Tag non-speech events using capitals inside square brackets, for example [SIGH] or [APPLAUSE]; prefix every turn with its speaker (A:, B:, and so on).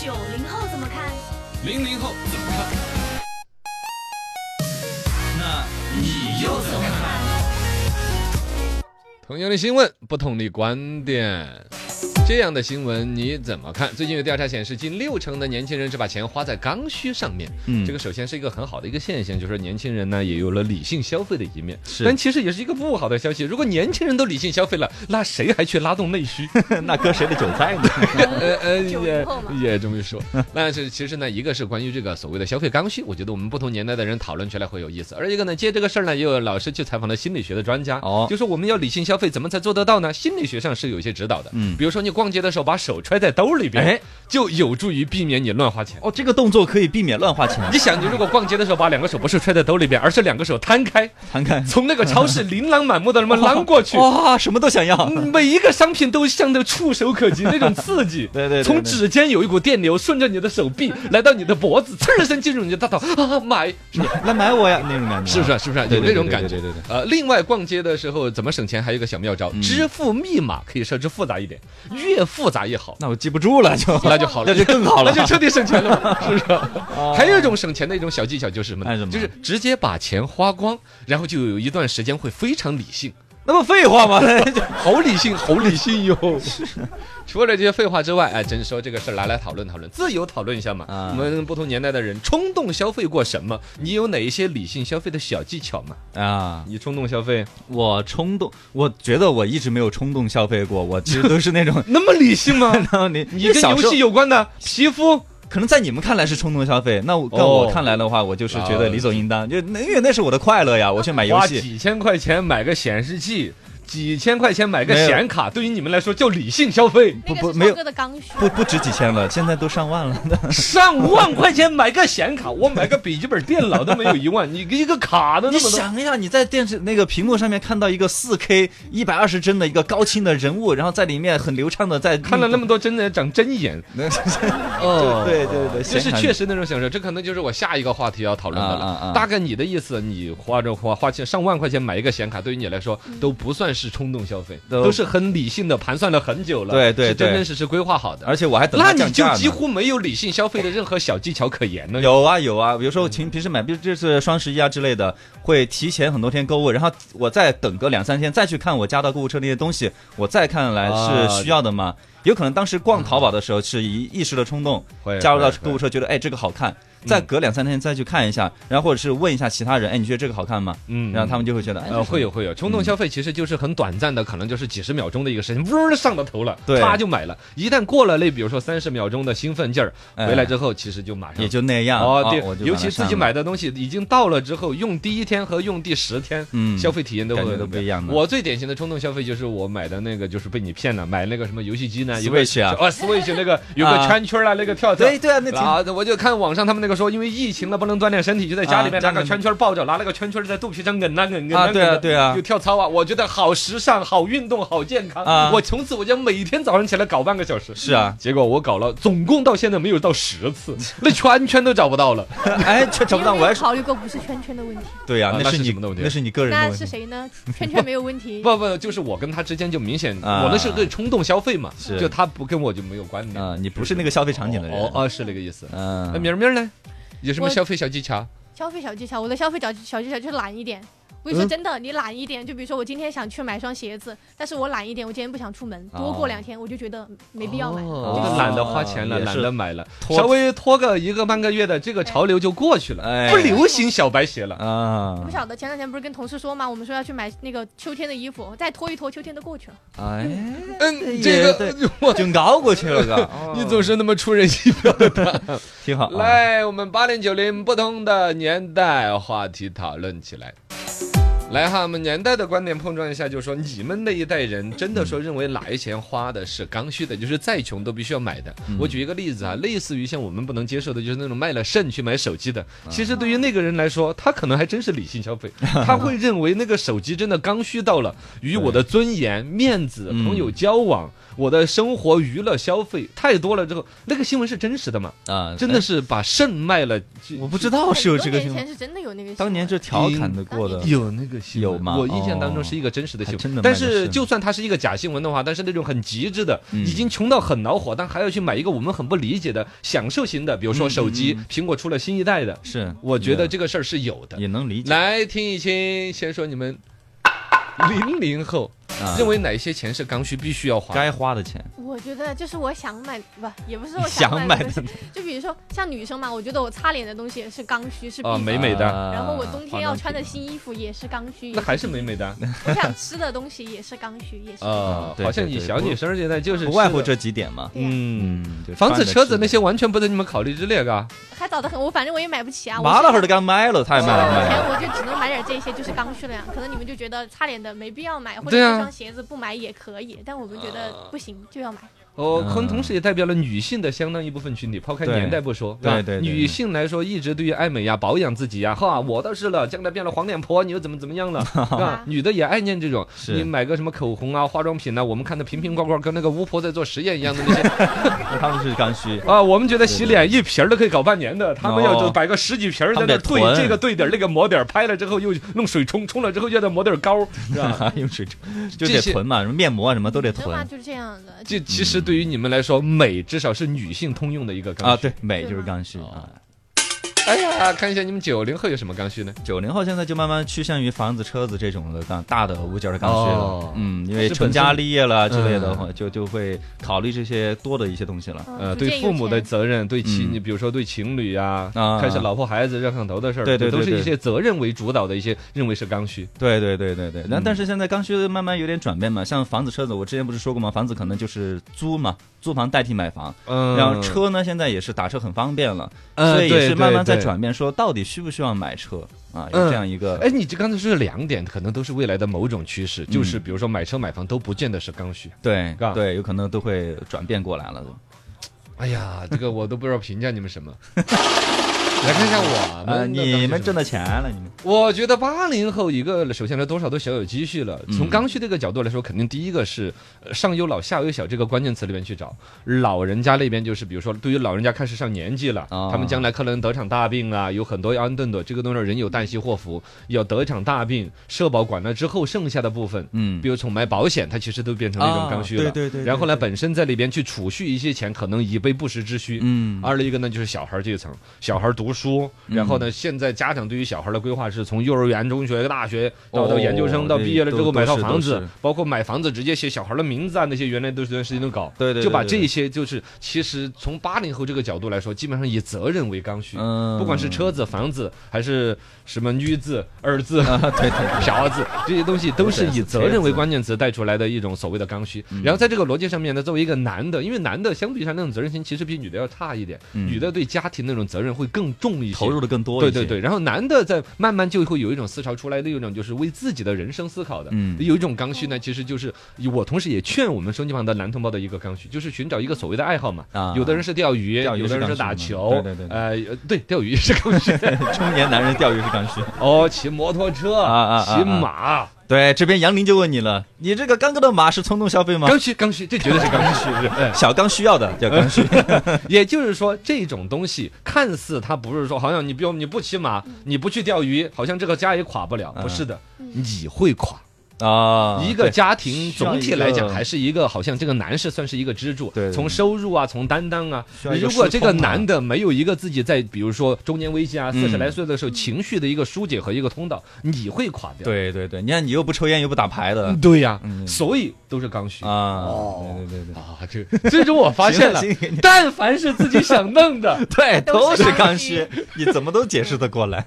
A: 九零后怎么看？
B: 零零后怎么看？那你又怎么看？
C: 同样的新闻，不同的观点。这样的新闻你怎么看？最近有调查显示，近六成的年轻人只把钱花在刚需上面。
B: 嗯
C: [LAUGHS] 这个首先是一个很好的一个现象，就是年轻人呢也有了理性消费的一面。
B: 是
C: 但其实也是一个不好的消息。如果年轻人都理性消费了，那谁还去拉动内需？
B: 那割谁的韭菜呢？
C: 呃呃，
A: [LAUGHS] 九零后嘛
C: 也也这么说。 [LAUGHS] 但是其实呢，一个是关于这个所谓的消费刚需，我觉得我们不同年代的人讨论出来会有意思。而一个呢，接这个事儿呢，也有老师去采访了心理学的专家，
B: 哦
C: 就说我们要理性消费，怎么才做得到呢？心理学上是有一些指导的，
B: 嗯
C: 比如说你逛街的时候把手揣在兜里边，
B: 哎
C: 就有助于避免你乱花钱。
B: [LAUGHS] 哦，这个动作可以避免乱花钱。 [LAUGHS]
C: 你想，你如果逛街的时候把两个手不是揣在兜里边，而是两个手摊开，
B: 看看，
C: 从那个超市琳琅满目
B: [LAUGHS]
C: 的那么
B: 哦
C: 啷过去，
B: 哇，什么都想要。
C: 嗯 [LAUGHS] 每一个商品都像的触手可及，那种刺激。
B: [LAUGHS] 对对对对
C: 从指尖有一股电流，顺着你的手臂来到你的脖子，刺儿声进入你的大脑 [LAUGHS] 啊，买是吧？
B: 来买我呀，那种感觉。
C: 是不啊是？？是不是？
B: 啊对
C: 有
B: 对
C: 那种感觉。
B: 对嗯对对对
C: 呃，另外逛街的时候怎么省钱，还有一个小妙招，支付密码可以设置复杂一点，越复杂越好。
B: [LAUGHS] 那我记不住了就。
C: 那就好
B: [LAUGHS]
C: 了， [LAUGHS]
B: 那就更好了啊
C: 那就彻底省钱了
B: [LAUGHS]
C: 嘛，是不是？还有一种省钱的一种小技巧就是什么
B: 哎什
C: 呢？
B: 么
C: 就是直接把钱花光，然后就有一段时间会非常理性，
B: 那不废话
C: [LAUGHS]
B: 吗？就
C: 好理性，好理性哟！ [LAUGHS] 除了这些废话之外，哎，真说这个事儿拿来讨论讨论，自由讨论一下嘛。
B: 啊
C: 我们不同年代的人冲动消费过什么？你有哪一些理性消费的小技巧吗？
B: 啊，
C: 嗯你冲动消费。
B: 我冲动，我觉得我一直没有冲动消费过，我其实都是那种
C: [LAUGHS] 那么理性吗？
B: 然后你
C: 你跟
B: 小
C: 游
B: 时候
C: 戏有关的皮肤，
B: 可能在你们看来是冲动消费，那我在
C: 哦
B: 我看来的话，我就是觉得理所应当，就那因为那是我的快乐呀，我去买游
C: 花
B: 戏。
C: 几千块钱买个显示器，几千块钱买个
B: 没有
C: 显卡，对于你们来说叫理性消 [LAUGHS] 费。
A: 那
B: 不
A: 个
B: 没
A: 是
B: 有
A: 超哥的刚需。
B: 不不止几千了，现在都上万了。
C: 上万块钱买个显卡，我买个笔记本电脑都没有一万，你一个卡都
B: 你
C: 那么多。
B: 想一下，你在电视那个屏幕上面看到一个四 K 一百二十帧的一个高清的人物，然后在里面很流畅的在
C: 看了那
B: 么
C: 么多真的长真眼，哦
B: [LAUGHS] 对对对，
C: 就是
B: 显卡
C: 确实那种享受，这可能就是我下一个话题要讨论的了。
B: 啊啊啊
C: 大概你的意思，你花着花花钱上万块钱买一个显卡，对于你来说都不算是冲动消费，
B: 嗯都
C: 都是很理性的盘算了很久了，
B: 对对
C: 是真
B: 对
C: 真实实规划好的。
B: 而且我还等
C: 那
B: 它
C: 你
B: 降
C: 就
B: 价
C: 几
B: 呢。
C: 乎没有理性消费的任何小技巧可言了。
B: 有啊有啊，比如说我平平时买，比如这是双十一啊之类的，会提前很多天购物，然后我再等个两三天再去看我加到购物车那些东西，我再看来
C: 啊
B: 是需要的吗？有可能当时逛淘宝的时候是一一时的冲动
C: 会，
B: 加入到
C: 会
B: 购物车觉得哎这个好看，
C: 嗯
B: 再隔两三天再去看一下，然后或者是问一下其他人哎你觉得这个好看吗？
C: 嗯
B: 然后他们就会觉得哎
C: 呃，会有会有冲动消费，其实就是很短暂的，可能就是几十秒钟的一个事情，嗡儿上到头了，
B: 对
C: 啪就买了。一旦过了那，比如说三十秒钟的兴奋劲儿，
B: 哎
C: 回来之后其实就马上
B: 也就那样
C: 哦，
B: 啊
C: 对
B: 我，就
C: 尤
B: 把它
C: 其自己
B: 删了
C: 买的东西已经到了之后，用第一天和用第十天，
B: 嗯
C: 消费体验都
B: 感
C: 会
B: 觉都不一样的
C: 我最典型的冲动消费就是我买的那个，就是被你骗了，买那个什么游戏机呢
B: Switch 啊
C: 有个哦，Switch 那个有个
B: 啊
C: 圈圈啊，那个跳跳。
B: 对对啊那挺
C: 啊，我就看网上他们那个说，因为疫情了不能锻炼身体，就在家里面
B: 啊
C: 拿个圈圈抱着，拿那个圈圈在肚皮上摁呐摁摁
B: 啊
C: 呐
B: 对啊
C: 摁呐
B: 对啊
C: 就跳操啊，我觉得好时尚、好运动、好健康
B: 啊
C: 我从此我就每天早上起来搞半个小时。
B: 是啊，
C: 结果我搞了，总共到现在没有到十次，那圈圈都找不到了。
B: [LAUGHS]
C: [LAUGHS]
B: 哎这找不到
A: 你
B: 我还
A: 有没有
B: 是
A: 考虑过不是圈圈的问题？
B: 对呀
C: 啊，那
B: 是
C: 是
B: 你
C: 什么的问题
B: 那是你个人的
A: [LAUGHS] 那
B: 问
A: 是
B: 题，[LAUGHS]
A: 谁呢？圈圈没有问题。 [LAUGHS]
C: 不不，就是我跟他之间就明显，
B: 啊
C: 我那是个冲动消费嘛，
B: 是
C: 就他不跟我就没有关联
B: 啊你不是那个消费场景的人
C: 哦哦，哦是那个意思。那
B: 嗯
C: 明儿明儿呢？有什么
A: 我
C: 消费小技巧？
A: 消费小技巧，我的消费小技小技巧就是懒一
B: 嗯
A: 点。我跟你说真的，你懒一点，就比如说我今天想去买双鞋子，但是我懒一点，我今天不想出门，
B: 哦
A: 多过两天我就觉得没必要买。
C: 哦
B: 就是
C: 懒得花钱了，
B: 也是
C: 懒得买了，
B: 拖
C: 稍微拖个一个半个月的，这个潮流就过去了，
B: 哎
C: 不流行小白鞋了。
B: 啊
A: 不晓得前两天不是跟同事说嘛，我们说要去买那个秋天的衣服，再拖一拖，秋天都过去了。
B: 哎。
C: 嗯，
B: 也
C: 这
B: 对
C: 个 [LAUGHS] 我。
B: 就熬过去了
C: [LAUGHS]
B: 个，
C: 你总是那么出人意表的答案。
B: 挺好。，
C: 哦
B: 啊
C: 来，我们八零九零不同的年代话题讨论起来。来哈，我们年代的观点碰撞一下，就说你们那一代人真的说认为哪一钱花的是刚需的，就是再穷都必须要买的。
B: 嗯
C: 我举一个例子啊，类似于像我们不能接受的，就是那种卖了肾去买手
B: [LAUGHS]
C: 机的。其实对于那个人来说，他可能还真是理性消费，他会认为那个手机真的刚需到了，与我的尊严、面子、
B: 嗯
C: 朋友交往、我的生活、娱乐消费太多了之后，那个新闻是真实的吗？
B: 啊， [LAUGHS]
C: 真的是把肾卖了，
B: 哎，我不知道是有这个
A: 很
B: 新
A: 多年
B: 闻，
A: 前是真的有那个新闻，
B: 当年是调侃的过的
A: 当。
C: 有那个个新闻
B: 有吗
C: 我印象当中
B: 哦
C: 是一个真实的新
B: 还真的
C: 闻，但
B: 卖的
C: 是
B: 是
C: 就算它是一个假新闻的话，但是那种很极致的，
B: 嗯
C: 已经穷到很恼火，但还要去买一个我们很不理解的享受型的，比如说手机，苹果出了新一代的，
B: 嗯是，
C: 我觉得
B: 也
C: 这个事儿是有的。
B: 也能理解。
C: 来听一听，先说你们零零后
B: 啊
C: 认为哪些钱是刚需必须要花的？
B: 该花的钱，
A: 我觉得就是我想买，不也不是我
B: 你 [LAUGHS] 想
A: 买
B: 买
A: 东
B: 的
A: 西， [LAUGHS] 就比如说像女生嘛，我觉得我擦脸的东西也是刚需，是必
C: 啊
A: 须
C: 美美的
B: 啊
A: 然后我冬天要穿的
B: 化妆品
A: 新衣服也是刚需，
C: 那还是美
B: [LAUGHS]
C: 美的啊、啊
A: 我想吃的东西也是刚需，也是刚需。
B: 对
C: 好像
B: 对
C: 你
B: 对
C: 小女生现在就是
B: 不外
C: 吃
B: 乎
C: 的，
B: 这几点嘛。
A: 对呀
C: 嗯。
B: 嗯，就
C: 房子、
B: 穿着
C: 车子
B: 吃
C: 那
B: 的
C: 些完全不在你们考虑之列，嘎。
A: 还早得很，我反正我也买不起啊。
B: 麻辣
A: 了
B: 会儿都该卖了，太卖了卖
A: 钱
B: 了。
A: 我就只能买点这些，就是刚需了呀。可能你们就觉得擦脸的没必要买，或者
C: 对啊啊
A: 这双鞋子不买也可以，但我们觉得不行就要买。
C: 哦，可能
B: 嗯
C: 同时也代表了女性的相当一部分群体，抛开
B: 对
C: 年代不说，
B: 对
C: 吧
B: 对对对
C: 女性来说，一直对于爱美呀、保养自己呀，哈，我倒是了，将来变了黄脸婆，你又怎么怎
B: [LAUGHS]
C: 么样了？啊，女的也爱念这种，
B: 是
C: 你买个什么口红啊、化妆品呐、我们看的瓶瓶罐罐，跟那个巫婆在做实验一样的
B: [LAUGHS]
C: 那些
B: 那他们 [LAUGHS] 是刚需，
C: 啊，我们觉得洗脸一瓶儿都可以搞半年的，他们要
B: 哦
C: 就摆个十几瓶儿
B: 他
C: 在那
B: 们
C: 儿
B: 得
C: 兑
B: 囤
C: 这个兑点儿那个抹点儿，拍了之后又弄水冲，冲了之后又再抹点儿膏，是
B: [LAUGHS]
C: 吧？
B: 用水就
C: 这
B: 得
C: 些
B: 囤嘛，什么面膜啊什么都得
A: 真的吗？
B: 囤
A: 就是这样的。
C: 这其实对于你们来说，美至少是女性通用的一个刚需
B: 啊。对，美就是刚需
C: 哦
B: 啊。
C: 哎呀，看一下你们九零后有什么刚需呢？
B: 九零后现在就慢慢趋向于房子、车子这种的刚大的五角的刚需
C: 哦
B: 了，嗯，因为
C: 是本
B: 成家
C: 身
B: 立业了之类的
C: 嗯
B: 话，就就会考虑这些多的一些东西了。
A: 嗯
C: 呃，
A: 逐渐
C: 对
A: 有
C: 父母的
A: 钱
C: 责任，对亲，
B: 嗯
C: 你比如说对情侣啊，
B: 啊
C: 开始老婆孩子热炕头的事儿，
B: 对对
C: 这
B: 对
C: 都是一
B: 对
C: 些责任为主导的一些认为是刚需。
B: 对对对对对，但
C: 嗯
B: 但是现在刚需慢慢有点转变嘛，像房子、车子，我之前不是说过吗？房子可能就是租嘛，租房代替买房，
C: 嗯
B: 然后，车呢，现在也是打车很方便了，
C: 嗯
B: 所以也
C: 对
B: 是慢慢
C: 对
B: 在
C: 对
B: 转变，说到底需不需要买车啊？有这样一个
C: 哎，你这刚才说的两点，可能都是未来的某种趋势，
B: 嗯
C: 就是比如说买车买房都不见得是刚需。
B: 对
C: 啊
B: 对，有可能都会转变过来了都。
C: 哎呀，这个我都不知道评价你们什么。 [LAUGHS] 来看一下我
B: 呃，
C: 们的刚需是什么，
B: 你们挣到钱了，你们
C: 我觉得八零后一个，首先呢，多少都小有积蓄了。从
B: 嗯
C: 刚需这个角度来说，肯定第一个是呃上有老下有小这个关键词里面去找。老人家那边就是，比如说对于老人家开始上年纪了，
B: 哦
C: 他们将来可能得场大病啊，有很多要安顿的，这个东西人有旦夕祸福，要得场大病，社保管了之后剩下的部分。
B: 嗯
C: 比，如从买保险，它其实都变成了一种
B: 啊
C: 刚需了。
B: 对对对对
C: 然后呢，
B: 对
C: 本身在里边去储蓄一些钱，可能以备不时之需。
B: 嗯
C: 二了一个呢，就是小孩儿这一层，小孩儿读书，然后呢，现在家长对于小孩儿的规划是从幼儿园、中学、大学到
B: 哦
C: 到研究生，到
B: 对
C: 毕业了之后
B: 都
C: 买套
B: 都是
C: 房
B: 都
C: 子
B: 是，
C: 包括买房子直接写小孩儿的名字啊，那些原来都是段时间都搞，
B: 对对对
C: 就把
B: 对
C: 这
B: 对
C: 些就是其实从八零后这个角度来说，基本上以责任为刚需，
B: 嗯
C: 不管是车子、房子还是什么女子、儿子、
B: 啊对对，
C: [LAUGHS] 嫖子这些东西都是以责任为
B: 对嗯
C: 关键词带出来的一种所谓的刚需。然后在这个逻辑上面呢，作为一个男的，因为男的相比上那种责任心其实比女的要差一点，
B: 嗯
C: 女的对家庭那种责任会更重一些，
B: 投入的更多
C: 对
B: 一些。
C: 对对，然后男的在慢慢就会有一种思潮出来的一种，就是为自己的人生思考的，
B: 嗯
C: 有一种刚需呢，其实就是我同时也劝我们收机旁的男同胞的一个刚需，就是寻找一个所谓的爱好嘛。
B: 啊
C: 有的人是钓鱼，
B: 钓鱼
C: 有的
B: 是
C: 人是
B: 刚需
C: 打
B: 嘛
C: 球，
B: 对对对
C: 呃，对，钓鱼是刚 [LAUGHS] 需，
B: 啊中年男人钓鱼是刚需。
C: 哦，骑摩托车，
B: 啊啊啊
C: 骑
B: 啊
C: 马，
B: 对，这边杨林就问你了，你这个刚哥的马是冲动消费吗？
C: 刚需刚需，这绝对是刚需，
B: [LAUGHS]
C: 是哎。
B: 小刚需要的叫刚需。
C: 也就是说，这种东西看似它不是说，好像你不用你不骑马，你不去钓鱼，好像这个家也垮不了，不是的，你会垮。
B: 啊，
C: [LAUGHS] 一个
B: 对
C: 家庭
B: 需要
C: 总体
B: 一
C: 来讲
B: 个
C: 还是一个，好像这个男士算是一个支柱
B: 对，对
C: 从收入啊，从担当啊
B: 需要。一个
C: 如果这个
B: 疏通啊
C: 男的没有一个自己在，比如说中年危机啊，四十
B: 嗯
C: 来岁的时候情绪的一个疏解和一个通道，你会垮掉。
B: 对对对，你看你又不抽烟又不打牌的
C: 嗯，对呀，
B: 嗯
C: 所以都是刚需啊。
B: 啊，
C: 哦
B: 对对对对，
C: 这最终我发现了
B: 行了行，
C: 但凡是自己想弄的，
B: 对，
A: 都
C: [LAUGHS]
B: 都
A: 是
B: 是
A: 刚
B: 刚
A: 需
B: 需，你怎么都解释得过来。